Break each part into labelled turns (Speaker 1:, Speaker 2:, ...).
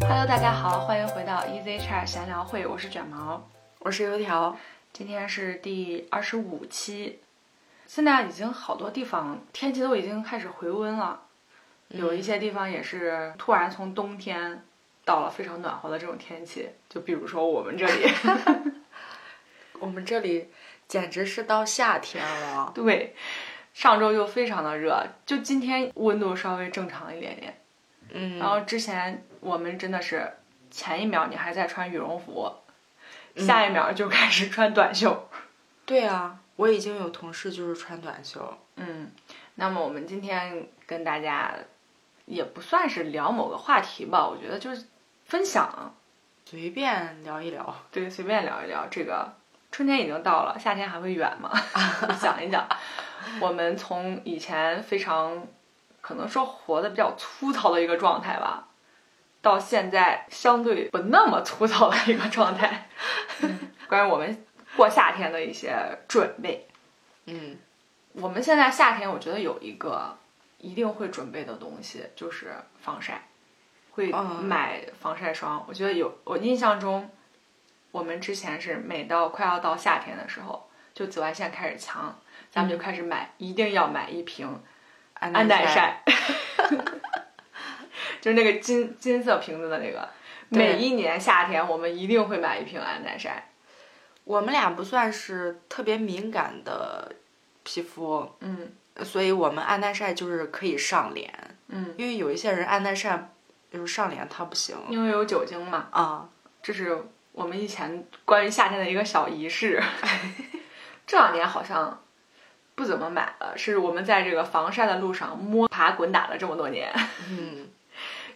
Speaker 1: Hello，大家好，欢迎回到 Easy Chat 闲聊会，我是卷毛，
Speaker 2: 我是油条。
Speaker 1: 今天是第二十五期。现在已经好多地方天气都已经开始回温了，有一些地方也是突然从冬天到了非常暖和的这种天气，就比如说我们这里。
Speaker 2: 我们这里简直是到夏天了，
Speaker 1: 对，上周又非常的热，就今天温度稍微正常一点点。
Speaker 2: 嗯
Speaker 1: 然后之前我们真的是前一秒你还在穿羽绒服，下一秒就开始穿短袖。
Speaker 2: 对啊，我已经有同事就是穿短袖，
Speaker 1: 嗯，那么我们今天跟大家也不算是聊某个话题吧，我觉得就是分享，
Speaker 2: 随便聊一聊。
Speaker 1: 对，随便聊一聊这个。春天已经到了，夏天还会远吗？ 讲一讲，我们从以前非常可能说活得比较粗糙的一个状态吧，到现在相对不那么粗糙的一个状态， 关于我们过夏天的一些准备。
Speaker 2: 嗯
Speaker 1: 我们现在夏天，我觉得有一个一定会准备的东西就是防晒，会
Speaker 2: 嗯
Speaker 1: 买防晒霜。我觉得有，我印象中，我们之前是每到快要到夏天的时候，就紫外线开始强，咱们就开始买，一定要买一瓶
Speaker 2: 安
Speaker 1: 安
Speaker 2: 耐
Speaker 1: 耐，晒， 就是那个金金色瓶子的那个。
Speaker 2: 对
Speaker 1: 每一年夏天，我们一定会买一瓶安耐晒。
Speaker 2: 我们俩不算是特别敏感的皮肤，
Speaker 1: 嗯
Speaker 2: 所以我们安耐晒就是可以上脸，
Speaker 1: 嗯，
Speaker 2: 因为有一些人安耐晒就是上脸他不行
Speaker 1: 因为有酒精嘛。
Speaker 2: 啊。
Speaker 1: 这是我们以前关于夏天的一个小仪式。 这两年好像不怎么买了，是我们在这个防晒的路上摸爬滚打了这么多年，
Speaker 2: 嗯，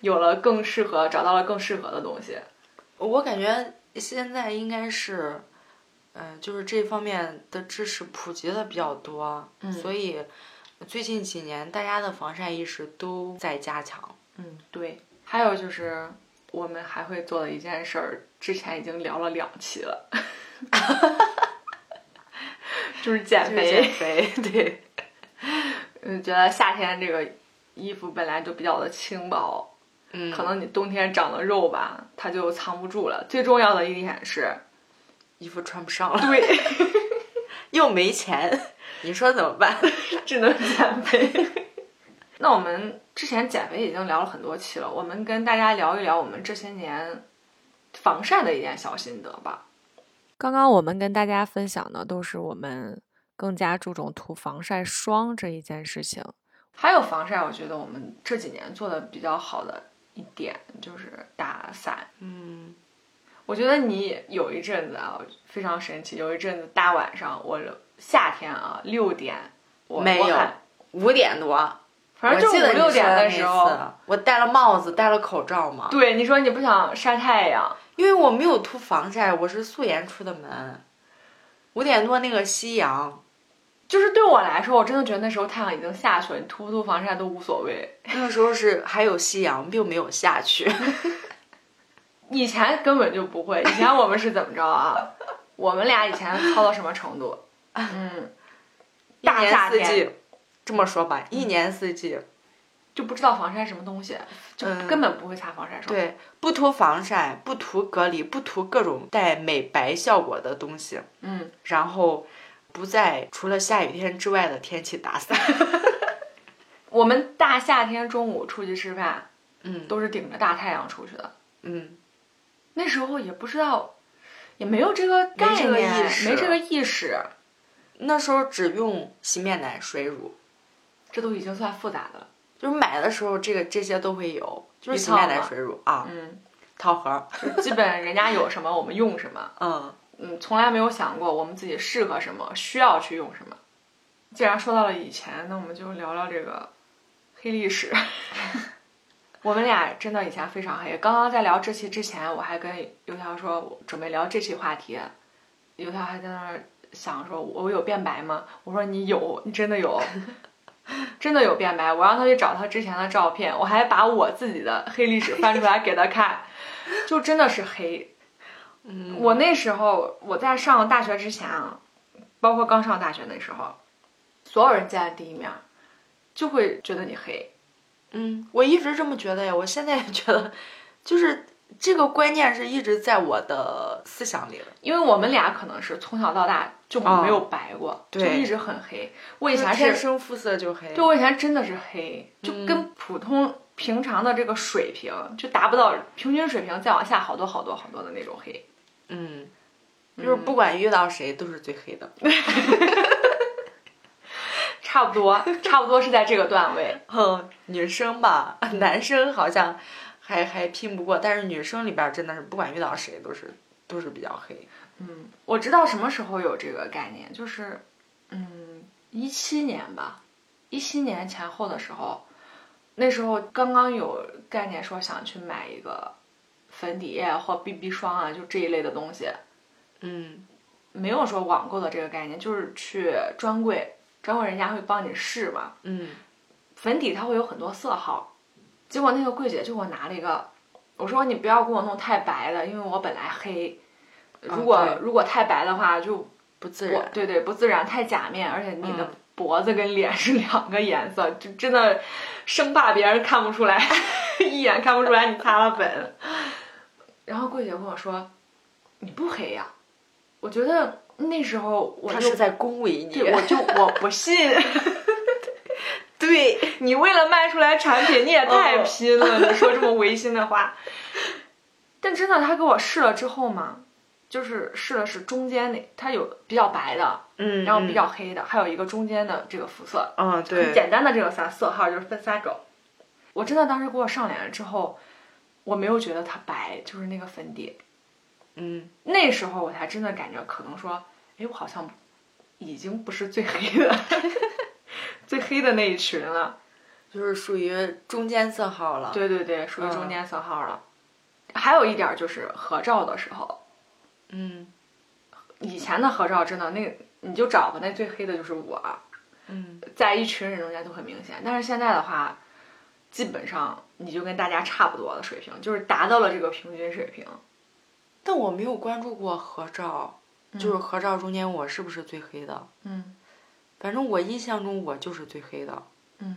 Speaker 1: 有了更适合，找到了更适合的东西。
Speaker 2: 我感觉现在应该是，嗯、就是这方面的知识普及的比较多，
Speaker 1: 嗯
Speaker 2: 所以最近几年大家的防晒意识都在加强。
Speaker 1: 嗯，对。还有就是我们还会做的一件事儿，之前已经聊了两期了， 就是减
Speaker 2: 就是
Speaker 1: 肥。
Speaker 2: 减肥， 对，
Speaker 1: 嗯，觉得夏天这个衣服本来就比较的轻薄，
Speaker 2: 嗯，
Speaker 1: 可能你冬天长了肉吧，它就藏不住了。最重要的一点是，
Speaker 2: 嗯衣服穿不上了，
Speaker 1: 对，
Speaker 2: 又没钱，你说怎么办？
Speaker 1: 只能 减肥。 那我们之前减肥已经聊了很多期了，我们跟大家聊一聊我们这些年防晒的一点小心得吧。
Speaker 3: 刚刚我们跟大家分享的都是我们更加注重涂防晒霜这一件事情。
Speaker 1: 还有防晒，我觉得我们这几年做的比较好的一点就是打伞。
Speaker 2: 嗯，
Speaker 1: 我觉得你有一阵子啊，非常神奇，有一阵子大晚上，我夏天啊六点，我
Speaker 2: 没有
Speaker 1: 我喊
Speaker 2: 五点多，
Speaker 1: 反正就
Speaker 2: 我记
Speaker 1: 五
Speaker 2: 得
Speaker 1: 六
Speaker 2: 你说
Speaker 1: 点
Speaker 2: 的
Speaker 1: 的
Speaker 2: 那
Speaker 1: 时候，
Speaker 2: 次，我戴了帽子，戴了口罩嘛，
Speaker 1: 对，你说你不想晒太阳，
Speaker 2: 因为我没有涂防晒，我是素颜出的门，五点多那个夕阳，
Speaker 1: 就是对我来说，我真的觉得那时候太阳已经下去了，你涂不涂防晒都无所谓。
Speaker 2: 那个时候是还有夕阳，并没有下去。
Speaker 1: 以前根本就不会，以前我们是怎么着啊？ 我们俩以前糙到什么程度？嗯，
Speaker 2: 一
Speaker 1: 大夏
Speaker 2: 年四
Speaker 1: 天嗯
Speaker 2: 季，这么说吧，一年四季，
Speaker 1: 就不知道防晒什么东西，就
Speaker 2: 嗯
Speaker 1: 根本不会擦防晒霜。
Speaker 2: 对，不涂防晒，不涂隔离，不涂各种带美白效果的东西，
Speaker 1: 嗯，
Speaker 2: 然后不在除了下雨天之外的天气 打伞。
Speaker 1: 我们大夏天中午出去吃饭，
Speaker 2: 嗯
Speaker 1: 都是顶着大太阳出去的。
Speaker 2: 嗯，
Speaker 1: 那时候也不知道，也没有这个概
Speaker 2: 这个
Speaker 1: 念，
Speaker 2: 意识
Speaker 1: 没这个意识，
Speaker 2: 那时候只用洗面奶、水乳，
Speaker 1: 这都已经算复杂的了。
Speaker 2: 就是买的时候这个这些都会有，就是
Speaker 1: 一
Speaker 2: 洗
Speaker 1: 套
Speaker 2: 面奶、
Speaker 1: 嘛
Speaker 2: 水乳啊，
Speaker 1: 嗯，
Speaker 2: 套盒。
Speaker 1: 基本人家有什么我们用什么，
Speaker 2: 嗯，
Speaker 1: 嗯，从来没有想过我们自己适合什么，需要去用什么。既然说到了以前，那我们就聊聊这个黑历史。 我们俩真的以前非常黑。刚刚在聊这期之前，我还跟油条说我准备聊这期话题，油条还在那儿想说我有变白吗？我说你有，你真的有， 真的有变白。我让他去找他之前的照片，我还把我自己的黑历史翻出来给他看，就真的是黑，我那时候我在上大学之前啊，包括刚上大学那时候，所有人见了第一面，就会觉得你黑。
Speaker 2: 嗯，我一直这么觉得呀，我现在也觉得，就是这个观念是一直在我的思想里的。
Speaker 1: 因为我们俩可能是从小到大就
Speaker 2: 哦
Speaker 1: 没有白过，就
Speaker 2: 对
Speaker 1: 一直很黑。我以前
Speaker 2: 天
Speaker 1: 是，
Speaker 2: 生嗯肤色就黑。
Speaker 1: 对我以前真的是黑，就跟普通平常的这个水平就达不到平均水平，再往下好多好多好多的那种黑。
Speaker 2: 嗯，就是不管遇到谁都是最黑的。
Speaker 1: 嗯差不多，差不多是在这个段位。
Speaker 2: 哼，哦女生吧， 男生好像还还拼不过，但是女生里边儿真的是不管遇到谁都是都是比较黑。
Speaker 1: 嗯，我知道什么时候有这个概念，就是，嗯，一七年吧，一七年前后的时候，那时候刚刚有概念说想去买一个粉底液或 BB 霜啊，就这一类的东西，
Speaker 2: 嗯
Speaker 1: 没有说网购的这个概念，就是去专柜，专柜人家会帮你试嘛，
Speaker 2: 嗯
Speaker 1: 粉底它会有很多色号，结果那个柜姐就给我拿了一个，我说你不要给我弄太白的，因为我本来黑，如果、
Speaker 2: 对
Speaker 1: 如果太白的话就
Speaker 2: 不自
Speaker 1: 我
Speaker 2: 然。
Speaker 1: 对对，不自然，太假面，而且你的
Speaker 2: 嗯
Speaker 1: 脖子跟脸是两个颜色，就真的生怕别人看不出来， 一眼看不出来你擦了粉。然后柜姐跟我说：“你不黑呀、我觉得那时候我
Speaker 2: 他
Speaker 1: 就是
Speaker 2: 在恭维你。
Speaker 1: 对，我 就我不信，
Speaker 2: 对，
Speaker 1: 你为了卖出来产品，
Speaker 2: 嗯
Speaker 1: 你也太拼了，你说这么违心的话。但真的，他给我试了之后嘛，就是试的是中间那，它有比较白的，
Speaker 2: 嗯，
Speaker 1: 然后比较黑的，还有一个中间的这个肤色，
Speaker 2: 嗯，嗯，
Speaker 1: 很
Speaker 2: 对，
Speaker 1: 简单的这个仨色号就是分仨种。我真的当时给我上脸了之后，我没有觉得它白，就是那个粉底。
Speaker 2: 嗯，
Speaker 1: 那时候我才真的感觉，可能说，哎，我好像已经不是最黑的， 最黑的那一群了。
Speaker 2: 就是属于中间色号了。
Speaker 1: 对对对，属于中
Speaker 2: 嗯
Speaker 1: 间色号了。还有一点儿就是合照的时候，
Speaker 2: 嗯
Speaker 1: 以前的合照真的那，你就找吧，那最黑的就是我。
Speaker 2: 嗯
Speaker 1: 在一群人中间都很明显。但是现在的话，基本上你就跟大家差不多的水平，就是达到了这个平均水平。
Speaker 2: 但我没有关注过合照，就是合照中间我是不是最黑的？
Speaker 1: 嗯
Speaker 2: 反正我印象中我就是最黑的。
Speaker 1: 嗯，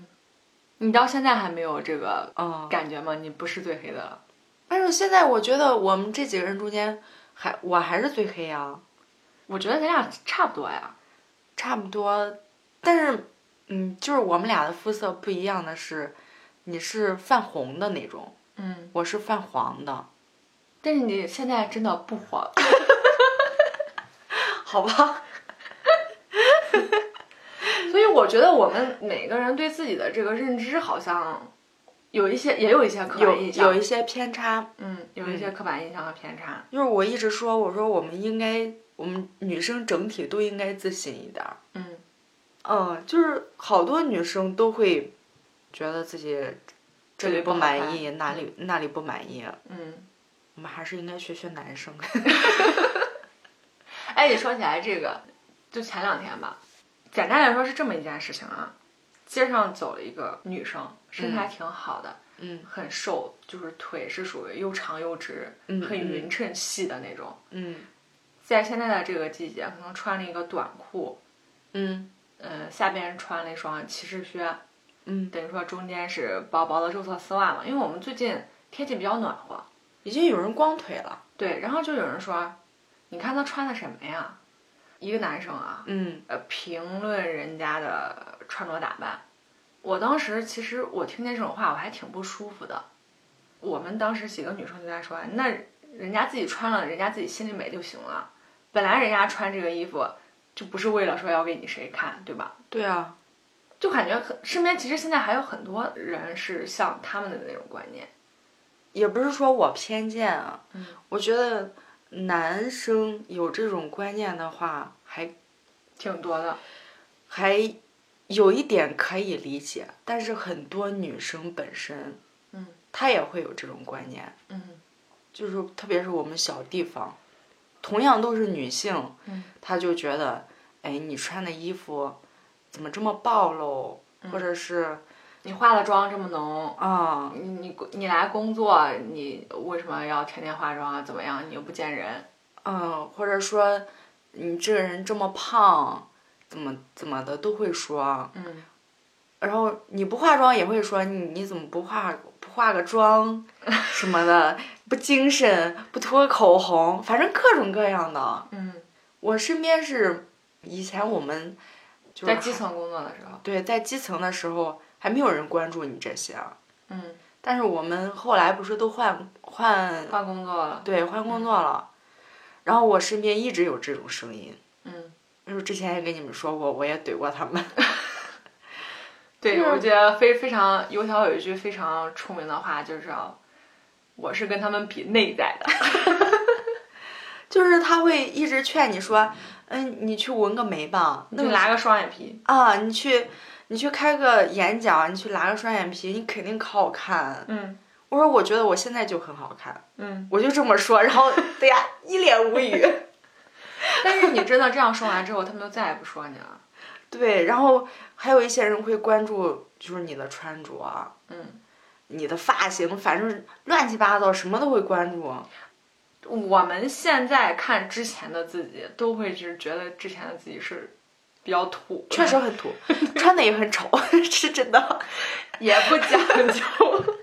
Speaker 1: 你到现在还没有这个
Speaker 2: 嗯，
Speaker 1: 感觉吗？你不是最黑的了。
Speaker 2: 但是现在我觉得我们这几个人中间还，我还是最黑啊，
Speaker 1: 我觉得咱俩差不多呀。
Speaker 2: 差不多。但是，嗯，就是我们俩的肤色不一样的是，你是泛红的那种，
Speaker 1: 嗯，
Speaker 2: 我是泛黄的，
Speaker 1: 但是你现在真的不火，
Speaker 2: 好吧？
Speaker 1: 所以我觉得我们每个人对自己的这个认知好像有一些，也有一些刻
Speaker 2: 有
Speaker 1: 板印象，
Speaker 2: 有一些偏差，
Speaker 1: 嗯，有一些刻板印象和偏差。
Speaker 2: 就是我一直说，我说我们应该，我们女生整体都应该自信一点儿。
Speaker 1: 嗯
Speaker 2: 嗯，就是好多女生都会觉得自己
Speaker 1: 这
Speaker 2: 这里
Speaker 1: 里
Speaker 2: 不
Speaker 1: 不好
Speaker 2: 满
Speaker 1: 看
Speaker 2: 意，哪里那里不满意，
Speaker 1: 嗯。
Speaker 2: 我们还是应该学学男生。
Speaker 1: 哎，你说起来这个，就前两天吧，简单来说是这么一件事情啊，街上走了一个女生，身材挺好的，
Speaker 2: 嗯
Speaker 1: 很瘦，就是腿是属于又长又直，
Speaker 2: 嗯
Speaker 1: 很匀称细的那种。
Speaker 2: 嗯
Speaker 1: 在现在的这个季节，可能穿了一个短裤，
Speaker 2: 嗯
Speaker 1: 呃，下边穿了一双骑士靴，
Speaker 2: 嗯，
Speaker 1: 等于说中间是薄薄的肉色丝袜嘛。因为我们最近天气比较暖和，
Speaker 2: 已经有人光腿了。
Speaker 1: 对，然后就有人说，你看她穿的什么呀？一个男生啊，
Speaker 2: 嗯
Speaker 1: 呃评论人家的穿着打扮。我当时其实我听见这种话，我还挺不舒服的。我们当时几个女生就在说，那人家自己穿了，人家自己心里美就行了。本来人家穿这个衣服就不是为了说要给你谁看，对吧？，
Speaker 2: 对啊，
Speaker 1: 就感觉很身边其实现在还有很多人是像他们的那种观念。
Speaker 2: 也不是说我偏见啊，
Speaker 1: 嗯
Speaker 2: 我觉得男生有这种观念的话，还
Speaker 1: 挺多的，
Speaker 2: 还有一点可以理解，但是很多女生本身，
Speaker 1: 嗯，
Speaker 2: 她也会有这种观念，
Speaker 1: 嗯
Speaker 2: 就是特别是我们小地方，同样都是女性，
Speaker 1: 嗯
Speaker 2: 她就觉得，哎，你穿的衣服怎么这么暴露，或者是
Speaker 1: 你化的妆这么浓，
Speaker 2: 啊、
Speaker 1: 你你你来工作，你为什么要天天化妆啊？怎么样？你又不见人，
Speaker 2: 嗯，或者说你这个人这么胖，怎么怎么的都会说。
Speaker 1: 嗯
Speaker 2: 然后你不化妆也会说你你怎么不化不化个妆什么的，不精神，不涂个口红，反正各种各样的。
Speaker 1: 嗯，
Speaker 2: 我身边是以前我们就是
Speaker 1: 在基层工作的时候，
Speaker 2: 对在基层的时候还没有人关注你这些啊，
Speaker 1: 嗯，
Speaker 2: 但是我们后来不是都换换
Speaker 1: 换工作了，
Speaker 2: 对换工作了，然后我身边一直有这种声音，
Speaker 1: 嗯，
Speaker 2: 就是之前也跟你们说过，我也怼过他们。
Speaker 1: 对，
Speaker 2: 就是
Speaker 1: 我觉得非非常油条有一句非常出名的话，就是要我是跟他们比内在的，
Speaker 2: 就是他会一直劝你说，嗯，你去纹个眉吧，那
Speaker 1: 就
Speaker 2: 个
Speaker 1: 拿个双眼皮，
Speaker 2: 啊，你去你去开个眼角，你去拉个双眼皮，你肯定可好看。
Speaker 1: 嗯
Speaker 2: 我说我觉得我现在就很好看，
Speaker 1: 嗯。
Speaker 2: 我就这么说，然后 大家一脸无语。
Speaker 1: 但是你真的这样说完之后，他们就再也不说你了。
Speaker 2: 对，然后还有一些人会关注就是你的穿着啊，
Speaker 1: 嗯，
Speaker 2: 你的发型，反正乱七八糟什么都会关注。啊
Speaker 1: 嗯我们现在看之前的自己，都会是觉得之前的自己是比较土，
Speaker 2: 确实很土，穿的也很丑， 是真的。
Speaker 1: 也不讲究，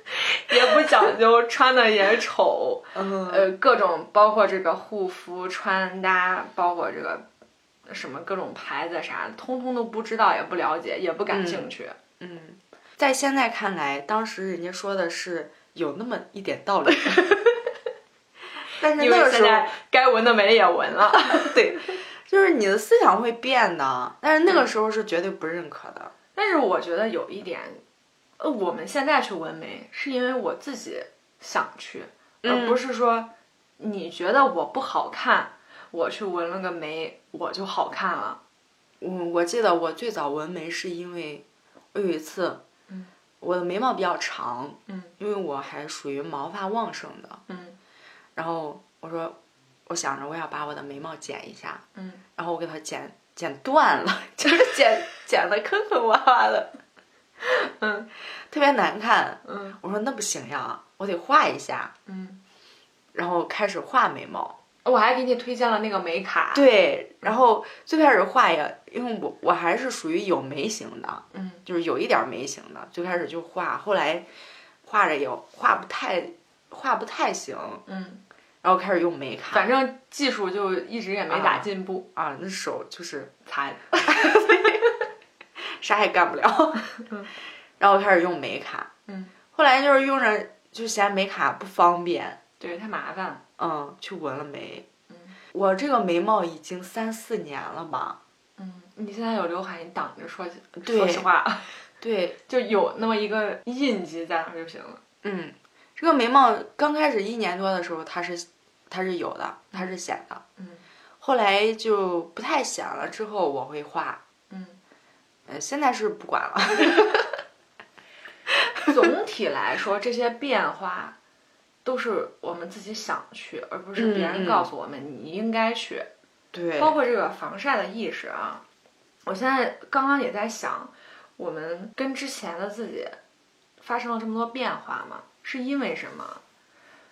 Speaker 1: 也不讲究，穿的也丑，
Speaker 2: 嗯，
Speaker 1: 呃，各种包括这个护肤、穿搭，包括这个什么各种牌子啥的，通通都不知道，也不了解，也不感兴趣。
Speaker 2: 嗯，在现在看来，当时人家说的是有那么一点道理， 但是
Speaker 1: 因
Speaker 2: 那
Speaker 1: 为
Speaker 2: 个
Speaker 1: 现
Speaker 2: 时候
Speaker 1: 在该纹的眉也纹了，
Speaker 2: 对，就是你的思想会变的，但是那个时候是绝对不认可的。
Speaker 1: 但是我觉得有一点，呃，我们现在去纹眉是因为我自己想去，而
Speaker 2: 嗯
Speaker 1: 不是说你觉得我不好看，我去纹了个眉我就好看了。
Speaker 2: 嗯，我记得我最早纹眉是因为我有一次，
Speaker 1: 嗯
Speaker 2: 我的眉毛比较长，
Speaker 1: 嗯
Speaker 2: 因为我还属于毛发旺盛的，
Speaker 1: 嗯
Speaker 2: 然后我说，我想着我要把我的眉毛剪一下，
Speaker 1: 嗯，
Speaker 2: 然后我给它剪剪断了， 就是剪剪的坑坑洼洼的，
Speaker 1: 嗯，
Speaker 2: 特别难看。
Speaker 1: 嗯
Speaker 2: 我说那不行呀，我得画一下，
Speaker 1: 嗯，
Speaker 2: 然后开始画眉毛。
Speaker 1: 我还给你推荐了那个眉卡。，
Speaker 2: 对，然后最开始画呀，因为我我还是属于有眉型的，
Speaker 1: 嗯
Speaker 2: 就是有一点眉型的，最开始就画，后来画着也画不太画不太行，
Speaker 1: 嗯，
Speaker 2: 然后开始用眉卡，
Speaker 1: 反正技术就一直也没咋进步，
Speaker 2: 啊那手就是
Speaker 1: 才
Speaker 2: 啥也干不了。 然后开始用美卡，
Speaker 1: 嗯，
Speaker 2: 后来就是用着就嫌美卡不方便，
Speaker 1: 对太麻烦了。
Speaker 2: 嗯，去纹了眉。
Speaker 1: 嗯
Speaker 2: 我这个眉毛已经三四年了吧？
Speaker 1: 嗯，你现在有刘海，你挡着说，
Speaker 2: 对
Speaker 1: 说实话，
Speaker 2: 对，
Speaker 1: 就有那么一个印记在那儿就行了。
Speaker 2: 嗯，这个眉毛刚开始一年多的时候，它是它是有的，它是显的。
Speaker 1: 嗯
Speaker 2: 后来就不太显了，之后我会画，
Speaker 1: 嗯。
Speaker 2: 呃，现在是不管了。
Speaker 1: 总体来说，这些变化都是我们自己想去，而不是别人
Speaker 2: 嗯嗯
Speaker 1: 告诉我们你应该去。
Speaker 2: 对，
Speaker 1: 包括这个防晒的意识啊，我现在刚刚也在想，我们跟之前的自己发生了这么多变化嘛，是因为什么？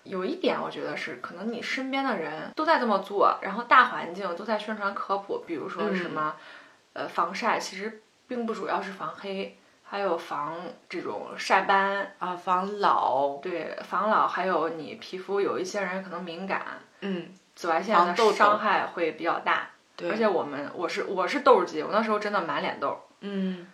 Speaker 1: 有一点，我觉得是可能你身边的人都在这么做，然后大环境都在宣传科普，比如说
Speaker 2: 嗯
Speaker 1: 什么，呃，防晒其实并不主要是防黑，还有防这种晒斑，
Speaker 2: 啊，防老，
Speaker 1: 对防老，还有你皮肤有一些人可能敏感，
Speaker 2: 嗯，
Speaker 1: 紫外线
Speaker 2: 防
Speaker 1: 的
Speaker 2: 痘痘
Speaker 1: 伤害会比较大。
Speaker 2: 对，
Speaker 1: 而且我们我是我是痘儿肌，我那时候真的满脸痘儿。
Speaker 2: 嗯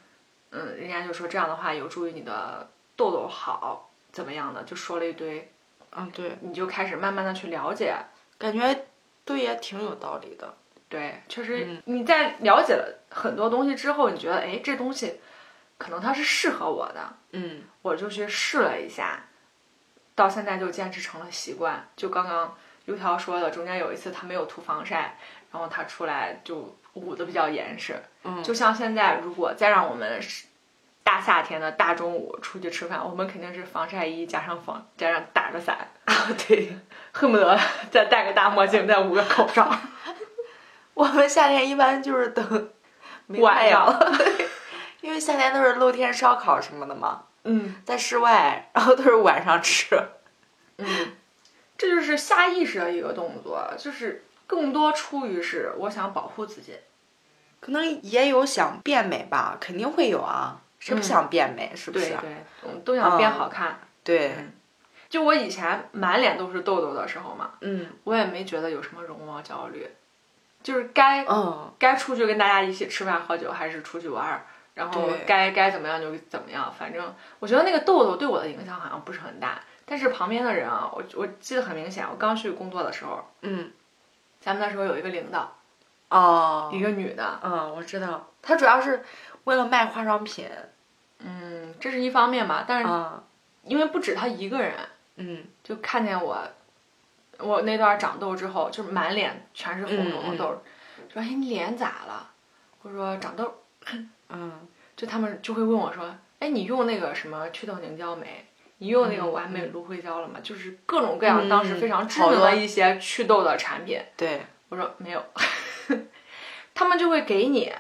Speaker 1: 嗯，人家就说这样的话有助于你的痘痘好，怎么样的，就说了一堆，
Speaker 2: 啊，对，
Speaker 1: 你就开始慢慢的去了解。
Speaker 2: 感觉对也挺有道理的。
Speaker 1: 对，确实
Speaker 2: 嗯
Speaker 1: 你在了解了很多东西之后，你觉得哎这东西可能它是适合我的，
Speaker 2: 嗯，
Speaker 1: 我就去试了一下，到现在就坚持成了习惯。就刚刚油条说的，中间有一次他没有涂防晒，然后他出来就捂得比较严实。
Speaker 2: 嗯
Speaker 1: 就像现在，如果再让我们是大夏天的大中午出去吃饭，我们肯定是防晒衣加上防加上打着伞，
Speaker 2: 啊对，
Speaker 1: 恨不得再戴个大墨镜，再捂个口罩。
Speaker 2: 我们夏天一般就是等 没
Speaker 1: 晚
Speaker 2: 太阳
Speaker 1: 上
Speaker 2: 了，因为夏天都是露天烧烤什么的嘛，
Speaker 1: 嗯
Speaker 2: 在室外，然后都是晚上吃。
Speaker 1: 嗯，这就是下意识的一个动作，就是更多出于是我想保护自己。
Speaker 2: 可能也有想变美吧，肯定会有啊。谁不想变美？是不
Speaker 1: 对
Speaker 2: 是？啊
Speaker 1: 对，我们都想变
Speaker 2: 嗯
Speaker 1: 好看。
Speaker 2: 对，
Speaker 1: 就我以前满脸都是痘痘的时候嘛，
Speaker 2: 嗯
Speaker 1: 我也没觉得有什么容貌焦虑，就是该
Speaker 2: 嗯，
Speaker 1: 该出去跟大家一起吃饭喝酒，还是出去玩儿，然后
Speaker 2: 对
Speaker 1: 该该怎么样就怎么样。反正我觉得那个痘痘对我的影响好像不是很大，但是旁边的人啊，我我记得很明显，我刚去工作的时候，
Speaker 2: 嗯
Speaker 1: 咱们那时候有一个领导，
Speaker 2: 哦，
Speaker 1: 一个女的，
Speaker 2: 嗯，我知道，他主要是为了卖化妆品。
Speaker 1: 嗯，这是一方面吧，但是
Speaker 2: 啊，
Speaker 1: 因为不止她一个人，
Speaker 2: 嗯
Speaker 1: 就看见我，我那段长痘之后，就是满脸全是红肿的痘，说：“哎，你脸咋了？”我说：“长痘。
Speaker 2: 嗯”
Speaker 1: 就他们就会问我说：“哎，你用那个什么祛痘凝胶没？你用那个
Speaker 2: 嗯
Speaker 1: 完美
Speaker 2: 嗯
Speaker 1: 芦荟胶了吗？”就是各种各样当时
Speaker 2: 嗯
Speaker 1: 非常知
Speaker 2: 好
Speaker 1: 名
Speaker 2: 多
Speaker 1: 的一些祛痘的产品。
Speaker 2: 对，
Speaker 1: 我说没有， 他们就会给你。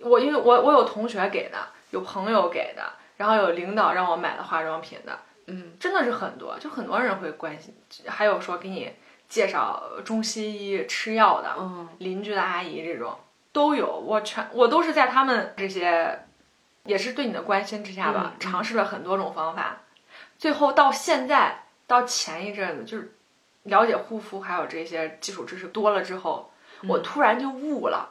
Speaker 1: 我因为我我有同学给的，有朋友给的，然后有领导让我买的化妆品的，
Speaker 2: 嗯
Speaker 1: 真的是很多，就很多人会关心，还有说给你介绍中西医吃药的，啊
Speaker 2: 嗯
Speaker 1: 邻居的阿姨这种都有，我全我都是在他们这些，也是对你的关心之下吧，
Speaker 2: 嗯嗯
Speaker 1: 尝试了很多种方法，最后到现在到前一阵子就是了解护肤还有这些基础知识多了之后，我
Speaker 2: 嗯
Speaker 1: 突然就悟了，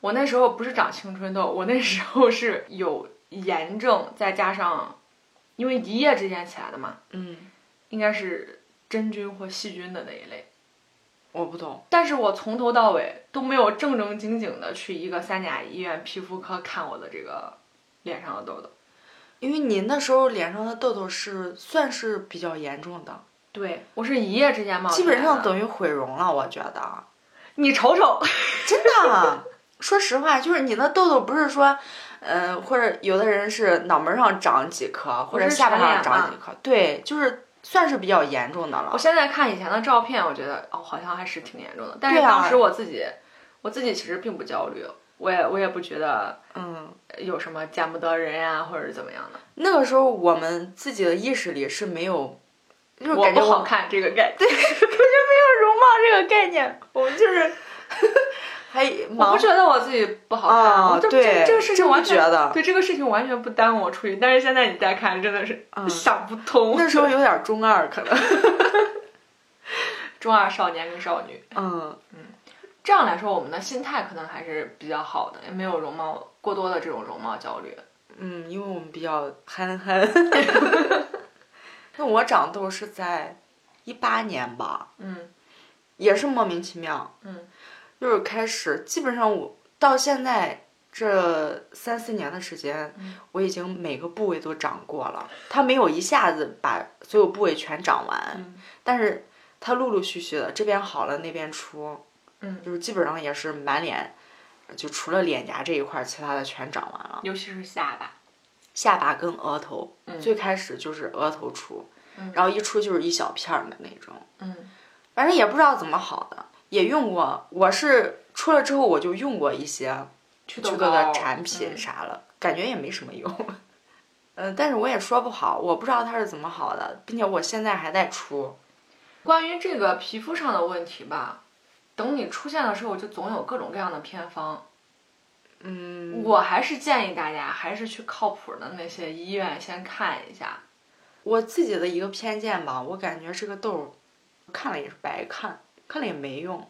Speaker 1: 我那时候不是长青春痘，我那时候是有炎症，再加上因为一夜之间起来的嘛，
Speaker 2: 嗯，
Speaker 1: 应该是真菌或细菌的那一类。
Speaker 2: 我不懂。
Speaker 1: 但是我从头到尾都没有正正经经的去一个三甲医院皮肤科看我的这个脸上的痘痘。
Speaker 2: 因为你那时候脸上的痘痘是算是比较严重的，
Speaker 1: 对我是一夜之间冒出
Speaker 2: 基
Speaker 1: 来哦的，
Speaker 2: 本上等于毁容了，我觉得，
Speaker 1: 你瞅瞅，
Speaker 2: 真 的。啊说实话，就是你那痘痘不是说，嗯、或者有的人是脑门上长几颗，或者
Speaker 1: 是
Speaker 2: 下巴
Speaker 1: 全
Speaker 2: 上
Speaker 1: 脸
Speaker 2: 长
Speaker 1: 嘛
Speaker 2: 几颗，对，就是算是比较严重的了
Speaker 1: 我。现在看以前的照片，我觉得哦，好像还是挺严重的。但是
Speaker 2: 对啊
Speaker 1: 当时我自己，我自己其实并不焦虑，我也我也不觉得
Speaker 2: 嗯，
Speaker 1: 有什么见不得人呀、或者是怎么样的。
Speaker 2: 那个时候我们自己的意识里是没有，就是
Speaker 1: 我
Speaker 2: 感
Speaker 1: 不
Speaker 2: 觉我
Speaker 1: 好看这个概 念，对，感觉没有容貌这个概 念。
Speaker 2: 我们就是，还
Speaker 1: 我不
Speaker 2: 忙
Speaker 1: 觉得我自己不好看，
Speaker 2: 啊
Speaker 1: 我就
Speaker 2: 对
Speaker 1: 这这个事情
Speaker 2: 真不
Speaker 1: 完全
Speaker 2: 觉得
Speaker 1: 对这个事情完全不耽误我出去。但是现在你再看，真的是
Speaker 2: 嗯
Speaker 1: 想不通。
Speaker 2: 那时候有点中二，可能。
Speaker 1: 中二少年跟少女，
Speaker 2: 嗯
Speaker 1: 这样来说，我们的心态可能还是比较好的，也没有容貌过多的这种容貌焦虑。
Speaker 2: 嗯，因为我们比较憨 憨。那我长痘是在一八年吧，
Speaker 1: 嗯
Speaker 2: 也是莫名其妙，
Speaker 1: 嗯
Speaker 2: 就是开始，基本上我到现在这三四年的时间，
Speaker 1: 嗯
Speaker 2: 我已经每个部位都长过了。它没有一下子把所有部位全长完，
Speaker 1: 嗯
Speaker 2: 但是它陆陆续续的，这边好了那边出，
Speaker 1: 嗯，
Speaker 2: 就是基本上也是满脸，就除了脸颊这一块儿，其他的全长完了。
Speaker 1: 尤其是下巴，
Speaker 2: 下巴跟额头，
Speaker 1: 嗯
Speaker 2: 最开始就是额头出，
Speaker 1: 嗯
Speaker 2: 然后一出就是一小片儿的那种，
Speaker 1: 嗯
Speaker 2: 反正也不知道怎么好的，也用过。我是出了之后我就用过一些
Speaker 1: 祛痘
Speaker 2: 祛痘
Speaker 1: 膏
Speaker 2: 的产品
Speaker 1: 嗯
Speaker 2: 啥了，感觉也没什么用。嗯，但是我也说不好，我不知道它是怎么好的，并且我现在还在出。
Speaker 1: 关于这个皮肤上的问题吧，等你出现的时候，就总有各种各样的偏方。
Speaker 2: 嗯，
Speaker 1: 我还是建议大家还是去靠谱的那些医院先看一下。
Speaker 2: 我自己的一个偏见吧，我感觉这个痘儿看了也是白看，看了也没用。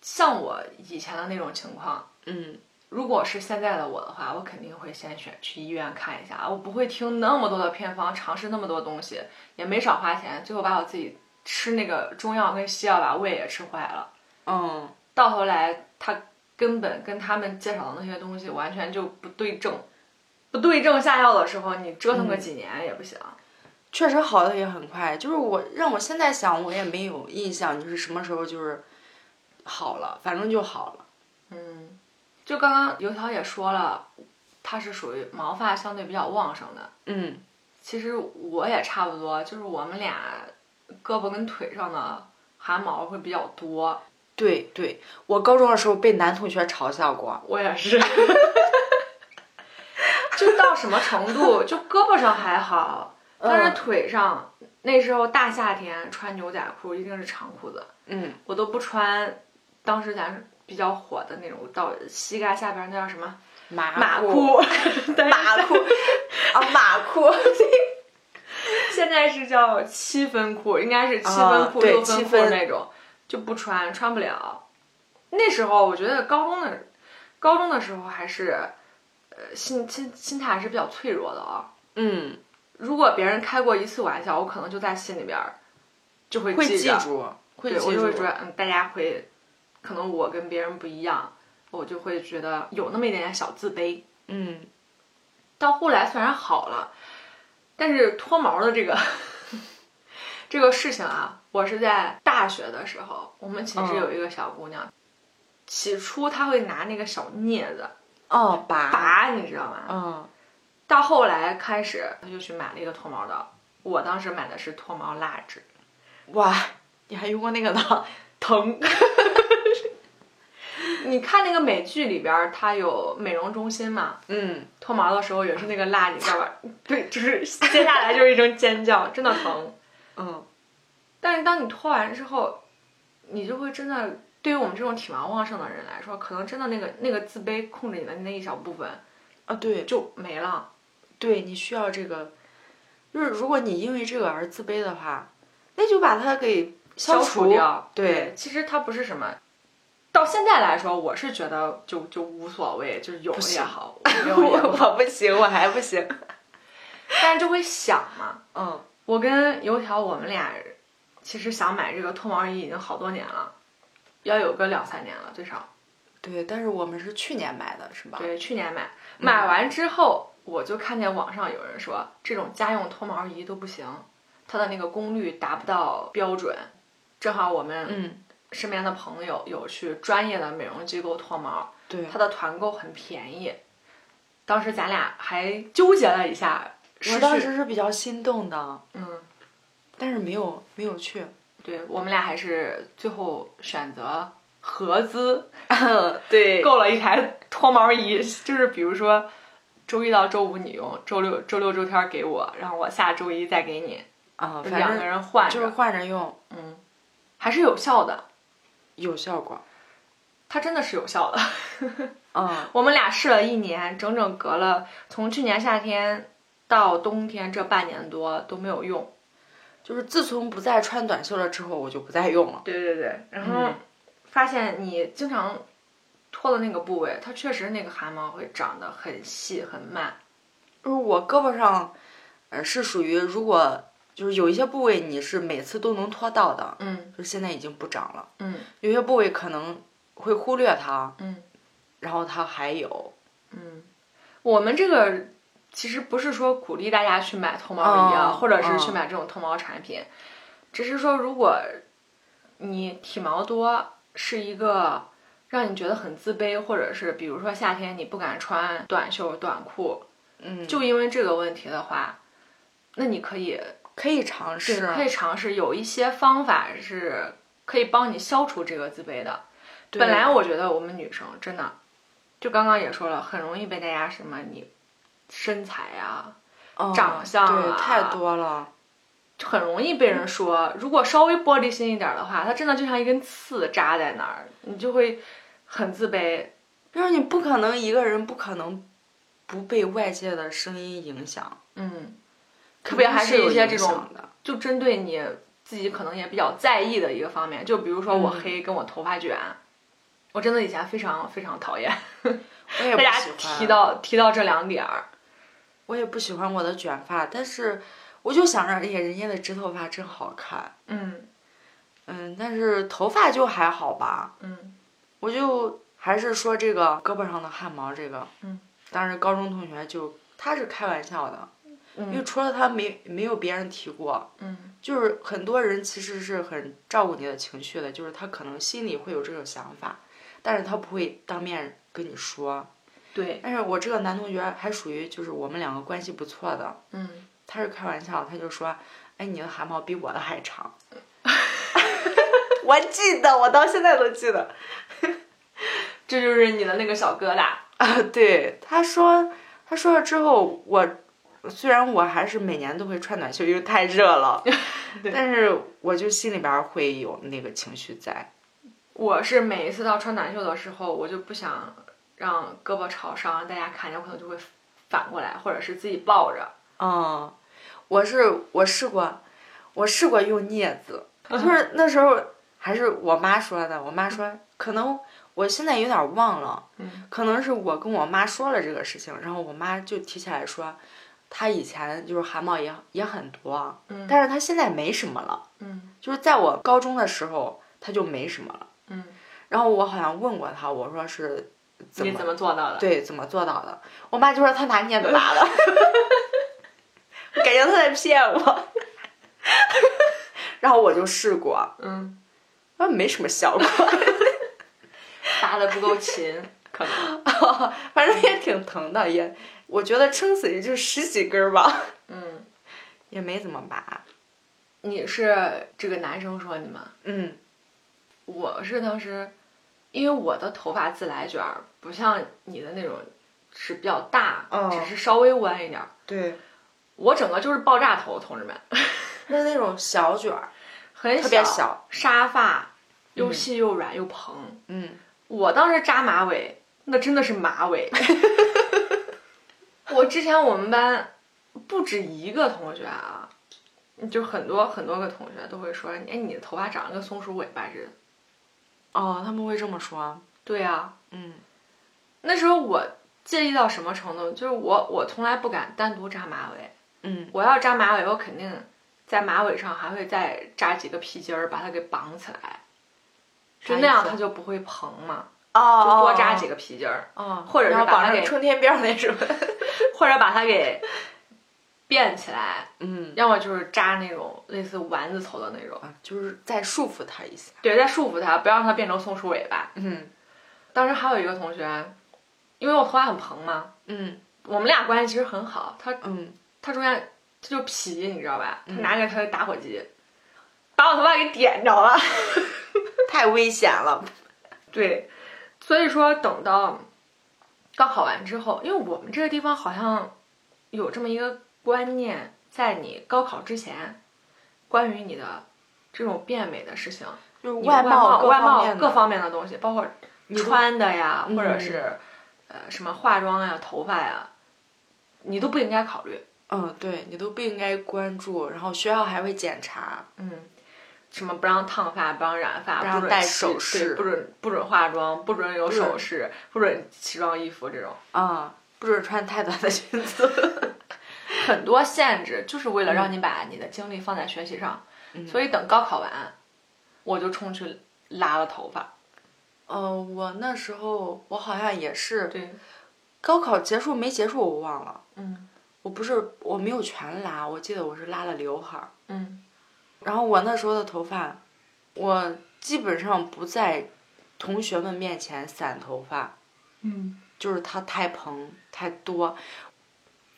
Speaker 1: 像我以前的那种情况，
Speaker 2: 嗯
Speaker 1: 如果是现在的我的话，我肯定会先选去医院看一下，我不会听那么多的偏方，尝试那么多东西，也没少花钱，最后把我自己吃那个中药跟西药把胃也吃坏了。
Speaker 2: 嗯，
Speaker 1: 到头来，他根本跟他们介绍的那些东西完全就不对症，不对症下药的时候，你折腾个几年也不行。
Speaker 2: 确实好的也很快，就是我让我现在想，我也没有印象，就是什么时候就是好了，反正就好了。
Speaker 1: 嗯，就刚刚油条也说了，它是属于毛发相对比较旺盛的。
Speaker 2: 嗯
Speaker 1: 其实我也差不多，就是我们俩胳膊跟腿上的汗毛会比较多。，
Speaker 2: 对对，我高中的时候被男同学嘲笑过，
Speaker 1: 我也是， 就到什么程度？就胳膊上还好，但是腿上，那时候大夏天穿牛仔裤一定是长裤子，
Speaker 2: 嗯
Speaker 1: 我都不穿。当时咱比较火的那种到膝盖下边那叫什么
Speaker 2: 马
Speaker 1: 马
Speaker 2: 裤
Speaker 1: 裤， 但是
Speaker 2: 马 裤啊马 裤，
Speaker 1: 现在是叫七分裤，应该是七分
Speaker 2: 啊
Speaker 1: 裤、
Speaker 2: 对
Speaker 1: 六分
Speaker 2: 七
Speaker 1: 裤
Speaker 2: 分
Speaker 1: 那种，就不穿，穿不了。那时候我觉得高中的高中的时候还是，呃，心心心态还是比较脆弱的啊、
Speaker 2: 嗯，
Speaker 1: 如果别人开过一次玩笑，我可能就在心里边儿就会
Speaker 2: 会
Speaker 1: 记
Speaker 2: 记
Speaker 1: 着，
Speaker 2: 住，会
Speaker 1: 对
Speaker 2: 记
Speaker 1: 我就
Speaker 2: 住
Speaker 1: 会觉，得，嗯，大家会，可能我跟别人不一样，我就会觉得有那么一点点小自卑。
Speaker 2: 嗯，
Speaker 1: 到后来虽然好了，但是脱毛的这个 这个事情啊，我是在大学的时候，我们寝室
Speaker 2: 嗯
Speaker 1: 有一个小姑娘，起初她会拿那个小镊子
Speaker 2: 哦，拔，
Speaker 1: 拔，你知道吗？
Speaker 2: 嗯，
Speaker 1: 到后来开始，她就去买了一个脱毛的，我当时买的是脱毛蜡纸，
Speaker 2: 哇，你还用过那个呢？
Speaker 1: 疼。 你看那个美剧里边儿，它有美容中心嘛？
Speaker 2: 嗯，
Speaker 1: 脱毛的时候也是那个蜡，你知道吧？ 对，就是接下来就是一声尖叫，真的疼。
Speaker 2: 嗯，
Speaker 1: 但是当你脱完之后，你就会真的，对于我们这种体毛旺盛的人来说，可能真的那个那个自卑控制你的那一小部分
Speaker 2: 啊，对，
Speaker 1: 就没了。
Speaker 2: 对你需要这个，就是如果你因为这个而自卑的话，那就把它给消
Speaker 1: 消除掉，
Speaker 2: 对，
Speaker 1: 其实它不是什么。到现在来说，我是觉得就就无所谓，就是有
Speaker 2: 不
Speaker 1: 也
Speaker 2: 行
Speaker 1: 好，没
Speaker 2: 我
Speaker 1: 有也好，
Speaker 2: 我不行，我还不 行。
Speaker 1: 但是就会想嘛。
Speaker 2: 嗯
Speaker 1: 我跟油条，我们俩其实想买这个脱毛仪已经好多年了，要有个两三年了最少。，
Speaker 2: 对，但是我们是去年买的，是吧？
Speaker 1: 对，去年买，
Speaker 2: 嗯
Speaker 1: 买完之后我就看见网上有人说这种家用脱毛仪都不行，它的那个功率达不到标准。正好我们
Speaker 2: 嗯，
Speaker 1: 身边的朋友有去专业的美容机构脱毛，
Speaker 2: 对，
Speaker 1: 它的团购很便宜。当时咱俩还纠结了一下，
Speaker 2: 我
Speaker 1: 是
Speaker 2: 当
Speaker 1: 去
Speaker 2: 时是比较心动的，
Speaker 1: 嗯，
Speaker 2: 但是没有没有去。
Speaker 1: 对我们俩还是最后选择合资
Speaker 2: 对
Speaker 1: 购了一台脱毛仪，就是比如说周一到周五你用，周六周六周天给我，然后我下周一再给你，
Speaker 2: 啊，反
Speaker 1: 两个
Speaker 2: 正
Speaker 1: 人换
Speaker 2: 就是
Speaker 1: 着，
Speaker 2: 换着用，
Speaker 1: 嗯，还是有效的，
Speaker 2: 有效果。
Speaker 1: 它真的是有效的。
Speaker 2: 嗯
Speaker 1: 我们俩试了一年，整整隔了从去年夏天到冬天这半年多都没有用。
Speaker 2: 就是自从不再穿短袖了之后，我就不再用了。
Speaker 1: 对对对，然后
Speaker 2: 嗯
Speaker 1: 发现你经常脱的那个部位，它确实那个汗毛会长得很细很慢。
Speaker 2: 就是我胳膊上，呃，是属于如果就是有一些部位你是每次都能脱到的，
Speaker 1: 嗯
Speaker 2: 就是现在已经不长了。
Speaker 1: 嗯
Speaker 2: 有些部位可能会忽略它，
Speaker 1: 嗯
Speaker 2: 然后它还有。
Speaker 1: 嗯，我们这个其实不是说鼓励大家去买脱毛仪啊，
Speaker 2: 嗯
Speaker 1: 或者是
Speaker 2: 嗯
Speaker 1: 去买这种脱毛产品，只是说如果你体毛多是一个让你觉得很自卑，或者是比如说夏天你不敢穿短袖短裤，
Speaker 2: 嗯，
Speaker 1: 就因为这个问题的话，那你可以
Speaker 2: 可以尝
Speaker 1: 对
Speaker 2: 试。
Speaker 1: 可以尝试有一些方法是可以帮你消除这个自卑的。
Speaker 2: 对
Speaker 1: 本来我觉得我们女生真的，就刚刚也说了，很容易被大家什么你身材啊，
Speaker 2: 嗯
Speaker 1: 长相啊
Speaker 2: 对太多了。
Speaker 1: 就很容易被人说。如果稍微玻璃心一点的话，它真的就像一根刺扎在那儿，你就会很自卑。
Speaker 2: 就是你不可能一个人不可能不被外界的声音影响，
Speaker 1: 嗯，特别还
Speaker 2: 肯定
Speaker 1: 一
Speaker 2: 是有
Speaker 1: 些
Speaker 2: 影
Speaker 1: 这种
Speaker 2: 响的。
Speaker 1: 就针对你自己可能也比较在意的一个方面，就比如说我
Speaker 2: 嗯
Speaker 1: 黑跟我头发卷，我真的以前非常非常讨厌。
Speaker 2: 我也
Speaker 1: 大
Speaker 2: 不
Speaker 1: 家
Speaker 2: 喜欢。
Speaker 1: 提到提到这两点儿，
Speaker 2: 我也不喜欢我的卷发，但是我就想着，哎呀，人家的直头发真好看。
Speaker 1: 嗯
Speaker 2: 嗯，但是头发就还好吧，
Speaker 1: 嗯
Speaker 2: 我就还是说这个胳膊上的汗毛这个，
Speaker 1: 嗯，
Speaker 2: 当时高中同学就他是开玩笑的，因为
Speaker 1: 嗯
Speaker 2: 除了他没没有别人提过，
Speaker 1: 嗯
Speaker 2: 就是很多人其实是很照顾你的情绪的，就是他可能心里会有这种想法，但是他不会当面跟你说。
Speaker 1: 对，
Speaker 2: 但是我这个男同学还属于就是我们两个关系不错的，
Speaker 1: 嗯，
Speaker 2: 他是开玩笑，他就说：“哎，你的汗毛比我的还长。” 我记得，我到现在都记得。
Speaker 1: 这就是你的那个小疙瘩，
Speaker 2: 啊，对，他说，他说了之后，我虽然我还是每年都会穿短袖，因为太热了
Speaker 1: 对，
Speaker 2: 但是我就心里边儿会有那个情绪在。
Speaker 1: 我是每一次到穿短袖的时候，我就不想让胳膊朝上，让大家看见，我可能就会反过来，或者是自己抱着。
Speaker 2: 嗯，我是我试过，我试过用镊子，就是那时候还是我妈说的，我妈说可能我现在有点忘了，
Speaker 1: 嗯
Speaker 2: 可能是我跟我妈说了这个事情，然后我妈就提起来说，她以前就是汗毛也也很多，啊
Speaker 1: 嗯
Speaker 2: 但是她现在没什么了，
Speaker 1: 嗯
Speaker 2: 就是在我高中的时候她就没什么了，
Speaker 1: 嗯，
Speaker 2: 然后我好像问过她，我说是怎
Speaker 1: 你
Speaker 2: 么
Speaker 1: 怎么做到的？
Speaker 2: 对，怎么做到的？我妈就说她拿镊子拔的， 感觉她在骗我。 然后我就试过，
Speaker 1: 嗯，
Speaker 2: 啊，没什么效果，
Speaker 1: 搭的不够勤，可能。
Speaker 2: 反正也挺疼的，也我觉得撑死也就十几根儿吧，
Speaker 1: 嗯，
Speaker 2: 也没怎么拔。
Speaker 1: 你是这个男生说你吗？
Speaker 2: 嗯
Speaker 1: 我是当时，因为我的头发自来卷儿不像你的那种是比较大，
Speaker 2: 嗯
Speaker 1: 只是稍微弯一点儿。，
Speaker 2: 对，
Speaker 1: 我整个就是爆炸头，同志们，
Speaker 2: 那那种小卷儿，
Speaker 1: 很嗯
Speaker 2: 特别小，
Speaker 1: 沙发又细又软又蓬。
Speaker 2: 嗯，
Speaker 1: 我当时扎马尾，那真的是马 尾。我之前我们班不止一个同学啊，就很多很多个同学都会说：“哎，你的头发长得跟松鼠尾巴似的。
Speaker 2: 哦，他们会这么说，”
Speaker 1: 对啊，
Speaker 2: 嗯
Speaker 1: 那时候我介意到什么程度？就是我我从来不敢单独扎马尾，
Speaker 2: 嗯
Speaker 1: 我要扎马尾，我肯定在马尾上还会再扎几个皮筋儿，把它给绑起来，就那样它就不会蓬嘛，
Speaker 2: 哦
Speaker 1: 就多扎几个皮筋儿，
Speaker 2: 哦，
Speaker 1: 或者是
Speaker 2: 然后
Speaker 1: 把它
Speaker 2: 绑上
Speaker 1: 给
Speaker 2: 冲天辫儿那种，
Speaker 1: 或者把它给辫起来，
Speaker 2: 嗯，
Speaker 1: 要么就是扎那种类似丸子头的那种，
Speaker 2: 啊就是再束缚他一下，
Speaker 1: 对，再束缚它，不要让它变成松鼠尾巴。
Speaker 2: 嗯
Speaker 1: 当时还有一个同学，因为我头发很蓬嘛，
Speaker 2: 嗯
Speaker 1: 我们俩关系其实很好，他
Speaker 2: 嗯，
Speaker 1: 他中间他就皮，你知道吧？他
Speaker 2: 嗯
Speaker 1: 拿着他的打火机，把我头发给点着了。
Speaker 2: 太危险了，
Speaker 1: 对，所以说等到高考完之后，因为我们这个地方好像有这么一个观念，在你高考之前，关于你的这种变美的事情，
Speaker 2: 就是
Speaker 1: 你的外
Speaker 2: 貌、
Speaker 1: 外貌
Speaker 2: 各
Speaker 1: 各方面的东西，包括
Speaker 2: 都
Speaker 1: 穿的呀，
Speaker 2: 嗯
Speaker 1: 或者是呃什么化妆呀、头发呀，你都不应该考虑。
Speaker 2: 嗯，对你都不应该关注，然后学校还会检查，
Speaker 1: 嗯，什么不让烫发，不让染发，
Speaker 2: 不
Speaker 1: 不
Speaker 2: 让
Speaker 1: 准
Speaker 2: 戴
Speaker 1: 起
Speaker 2: 首饰
Speaker 1: 对不准不准化妆，不准有
Speaker 2: 不准
Speaker 1: 首饰，不准奇装异服，这种
Speaker 2: 啊、不准穿太短的裙子，
Speaker 1: 很多限制，就是为了让
Speaker 2: 嗯
Speaker 1: 你把你的精力放在学习上。
Speaker 2: 所
Speaker 1: 所
Speaker 2: 以，
Speaker 1: 以等高考完，我就冲去拉了头发。
Speaker 2: 呃，我那时候我好像也是
Speaker 1: 对，
Speaker 2: 高考结束没结束我忘了，
Speaker 1: 嗯
Speaker 2: 我不是我没有全拉，我记得我是拉了刘海儿，
Speaker 1: 嗯
Speaker 2: 然后我那时候的头发，我基本上不在同学们面前散头发，
Speaker 1: 嗯
Speaker 2: 就是它太蓬太多，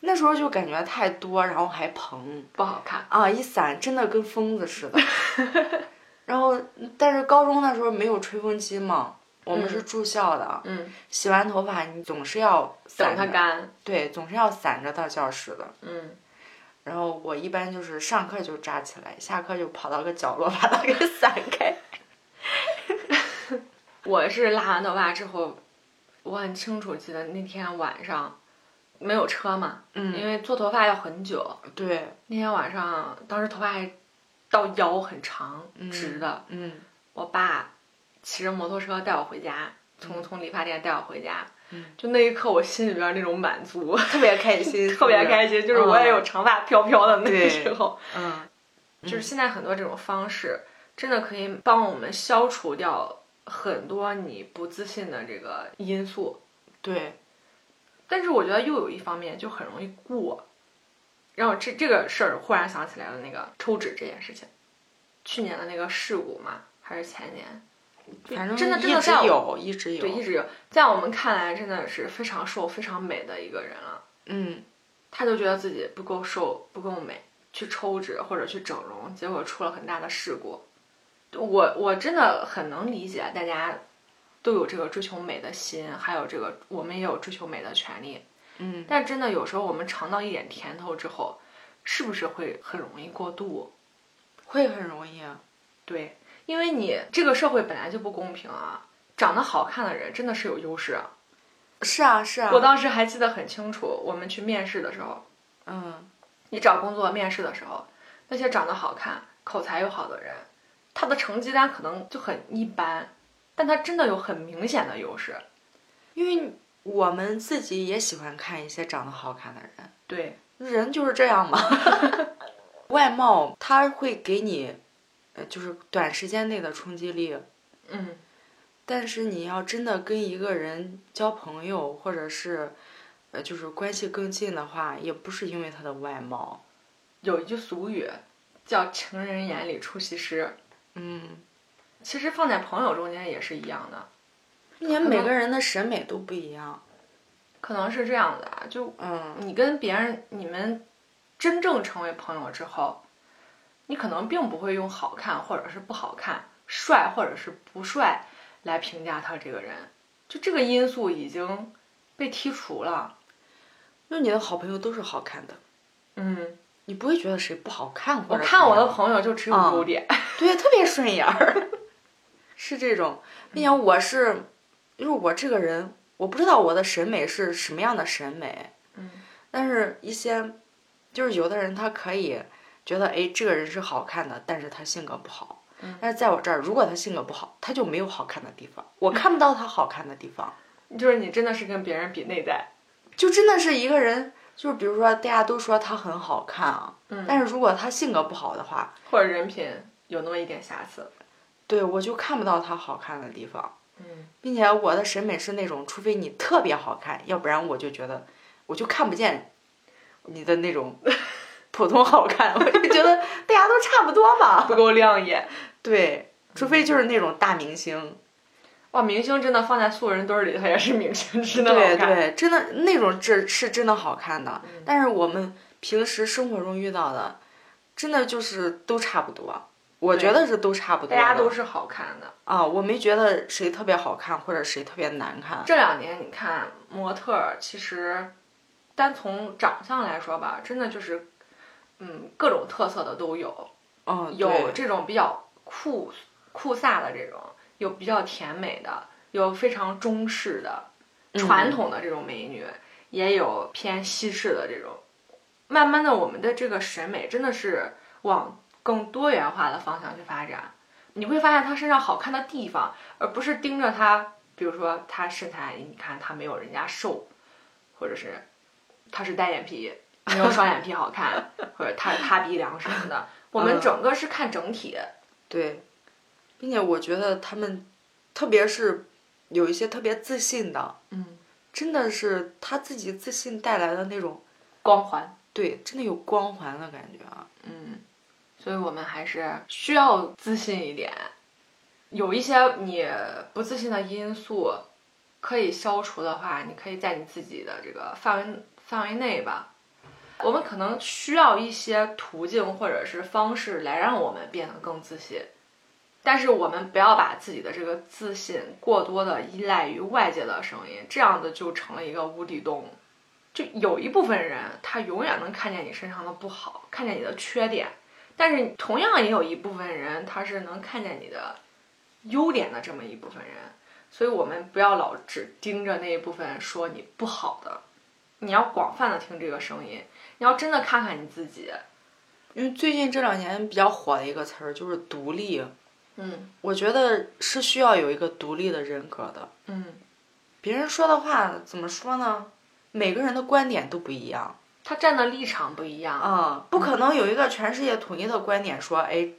Speaker 2: 那时候就感觉太多，然后还蓬
Speaker 1: 不好看。
Speaker 2: 啊，一散真的跟疯子似的。然后，但是高中那时候没有吹风机嘛，我们是住校的，
Speaker 1: 嗯，
Speaker 2: 洗完头发你总是要
Speaker 1: 等
Speaker 2: 散
Speaker 1: 它
Speaker 2: 着，
Speaker 1: 干。
Speaker 2: 对，总是要散着到教室的。
Speaker 1: 嗯，
Speaker 2: 然后我一般就是上课就扎起来，下课就跑到个角落 把它给散开。
Speaker 1: 我是拉完头发之后，我很清楚记得那天晚上没有车嘛，因
Speaker 2: 嗯，
Speaker 1: 为做头发要很久。
Speaker 2: 对，
Speaker 1: 那天晚上，当时头发还到腰很长，直的。
Speaker 2: 嗯
Speaker 1: 我爸骑着摩托车带我回家，从从理发店带我回家。
Speaker 2: 嗯
Speaker 1: 就那一刻，我心里边那种满足，
Speaker 2: 特别开心，
Speaker 1: 特别开心，就是我也有长发飘飘的那个
Speaker 2: 嗯对
Speaker 1: 时候。
Speaker 2: 嗯，嗯
Speaker 1: 就是现在很多这种方式，真的可以帮我们消除掉很多你不自信的这个因素。
Speaker 2: 对，
Speaker 1: 但是我觉得又有一方面就很容易过，让我这这个事儿忽然想起来了，那个抽脂这件事情，去年的那个事故嘛，还是前年，就
Speaker 2: 反正
Speaker 1: 真的真
Speaker 2: 一
Speaker 1: 的
Speaker 2: 直
Speaker 1: 在我
Speaker 2: 有，一直有，
Speaker 1: 对一直有，在我们看来真的是非常瘦、非常美的一个人了，
Speaker 2: 嗯，
Speaker 1: 他就觉得自己不够瘦、不够美，去抽脂或者去整容，结果出了很大的事故。我我真的很能理解大家都有这个追求美的心，还有这个我们也有追求美的权利，
Speaker 2: 嗯，
Speaker 1: 但真的有时候我们尝到一点甜头之后，是不是会很容易过度？
Speaker 2: 会很容易啊。
Speaker 1: 对，因为你这个社会本来就不公平啊，长得好看的人真的是有优势啊。
Speaker 2: 是啊是啊，
Speaker 1: 我当时还记得很清楚，我们去面试的时候，
Speaker 2: 嗯
Speaker 1: 你找工作面试的时候，那些长得好看、口才又好的人，他的成绩单可能就很一般，但他真的有很明显的优势。
Speaker 2: 因为我们自己也喜欢看一些长得好看的人，
Speaker 1: 对，
Speaker 2: 人就是这样嘛。 外貌它会给你，呃，就是短时间内的冲击力，
Speaker 1: 嗯，
Speaker 2: 但是你要真的跟一个人交朋友，或者是，呃，就是关系更近的话，也不是因为他的外貌。
Speaker 1: 有一句俗语叫“情人眼里出西施
Speaker 2: 嗯，”，
Speaker 1: 其实放在朋友中间也是一样的。
Speaker 2: 并且
Speaker 1: 能
Speaker 2: 每个人的审美都不一样。
Speaker 1: 可能是这样的啊，就
Speaker 2: 嗯，
Speaker 1: 你跟别人，你们真正成为朋友之后，你可能并不会用好看或者是不好看、帅或者是不帅来评价他这个人，就这个因素已经被剔除了。
Speaker 2: 就你的好朋友都是好看的，
Speaker 1: 嗯，
Speaker 2: 你不会觉得谁不好看或
Speaker 1: 我
Speaker 2: 者
Speaker 1: 看我的
Speaker 2: 怎么样
Speaker 1: 朋友就只有
Speaker 2: 嗯
Speaker 1: 优点。
Speaker 2: 对特别顺眼儿， 嗯是这种，并且我是，因为我这个人我不知道我的审美是什么样的审美，
Speaker 1: 嗯，
Speaker 2: 但是一些就是有的人他可以觉得哎这个人是好看的，但是他性格不好，
Speaker 1: 嗯
Speaker 2: 但是在我这儿如果他性格不好，他就没有好看的地方，我看不到他好看的地方。
Speaker 1: 就是你真的是跟别人比内在。
Speaker 2: 就真的是一个人，就是比如说大家都说他很好看啊，
Speaker 1: 嗯
Speaker 2: 但是如果他性格不好的话，
Speaker 1: 或者人品有那么一点瑕疵。
Speaker 2: 对我就看不到他好看的地方，
Speaker 1: 嗯
Speaker 2: 并且我的审美是那种，除非你特别好看，要不然我就觉得我就看不见你的那 种普通好看，我就觉得大家都差不多嘛。
Speaker 1: 不够亮眼。嗯
Speaker 2: 对，除非就是那种大明星，
Speaker 1: 哇，明星真的放在素人堆儿里，他也是明星，真的好
Speaker 2: 对
Speaker 1: 看。
Speaker 2: 对，真的那种这是真的好看的，
Speaker 1: 嗯
Speaker 2: 但是我们平时生活中遇到的，真的就是都差不多。我
Speaker 1: 对
Speaker 2: 觉得是都差不多
Speaker 1: 大
Speaker 2: 的，
Speaker 1: 家都是好看的。
Speaker 2: 啊，我没觉得谁特别好看或者谁特别难看。
Speaker 1: 这两年你看模特儿，其实单从长相来说吧，真的就是，嗯，各种特色的都有，
Speaker 2: 嗯，
Speaker 1: 有
Speaker 2: 对
Speaker 1: 这种比较酷酷飒的这种，有比较甜美的，有非常中式的、传统的这种美女，也有偏西式的这种。慢慢的，我们的这个审美真的是往更多元化的方向去发展。你会发现她身上好看的地方，而不是盯着她，比如说她身材，你看她没有人家瘦，或者是她是单眼皮，没有双眼皮好看，或者她是塌鼻梁什么的。我们整个是看整体，
Speaker 2: 对，并且我觉得他们，特别是有一些特别自信的，
Speaker 1: 嗯，
Speaker 2: 真的是他自己自信带来的那种，
Speaker 1: 光环，
Speaker 2: 对，真的有光环的感觉啊。
Speaker 1: 嗯，所以我们还是需要自信一点。有一些你不自信的因素可以消除的话，你可以在你自己的这个范围范围内吧。我们可能需要一些途径或者是方式来让我们变得更自信，但是我们不要把自己的这个自信过多的依赖于外界的声音，这样子就成了一个无底洞。就有一部分人，他永远能看见你身上的不好，看见你的缺点，但是同样也有一部分人，他是能看见你的优点的这么一部分人。所以我们不要老只盯着那一部分说你不好的，你要广泛的听这个声音，你要真的看看你自己。
Speaker 2: 因为最近这两年比较火的一个词儿就是独立，
Speaker 1: 嗯
Speaker 2: 我觉得是需要有一个独立的人格的。
Speaker 1: 嗯，
Speaker 2: 别人说的话怎么说呢？每个人的观点都不一样
Speaker 1: 他站的立场不一样，
Speaker 2: 啊、不可能有一个全世界统一的观点说，哎，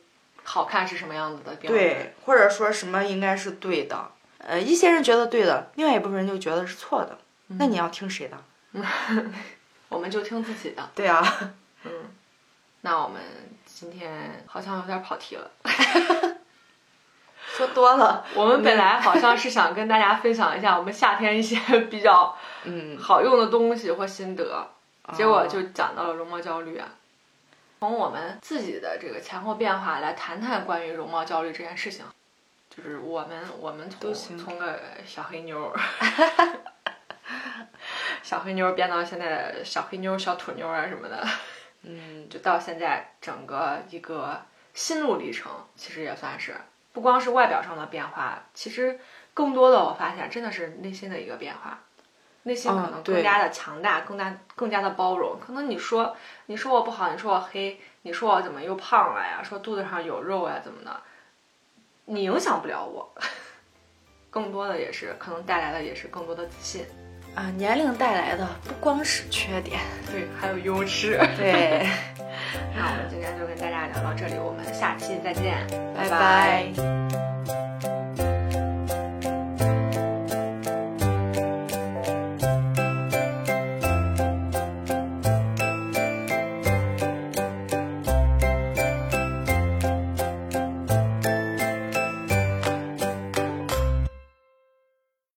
Speaker 1: 好看是什么样子的标准？
Speaker 2: 对，或者说什么应该是对的。呃，一些人觉得对的，另外一部分人就觉得是错的。那你要听谁的？
Speaker 1: 我们就听自己的。
Speaker 2: 对啊，
Speaker 1: 那我们今天好像有点跑题了。
Speaker 2: 说多了，
Speaker 1: 我们本来好像是想跟大家分享一下我们夏天一些比较
Speaker 2: 嗯，
Speaker 1: 好用的东西或心得，结果就
Speaker 2: 哦
Speaker 1: 讲到了容貌焦虑啊。从我们自己的这个前后变化来谈谈关于容貌焦虑这件事情，就是我们我们从
Speaker 2: 都行
Speaker 1: 从个小黑妞儿， 小黑妞儿变到现在小黑妞儿、小土妞儿啊什么的，
Speaker 2: 嗯，
Speaker 1: 就到现在整个一个心路历程，其实也算是不光是外表上的变化，其实更多的我发现真的是内心的一个变化。内心可能
Speaker 2: 对
Speaker 1: 更加的强大，更加更加的包容。可能你说你说我不好，你说我黑，你说我怎么又胖了呀？说肚子上有肉呀，怎么的？你影响不了我。 更多的也是可能带来的也是更多的自信，
Speaker 2: 啊，年龄带来的不光是缺点，
Speaker 1: 对，还有优势。
Speaker 2: 对，
Speaker 1: 那我们今天就跟大家聊到这里，我们下期再见，
Speaker 2: 拜
Speaker 1: 拜
Speaker 2: 拜。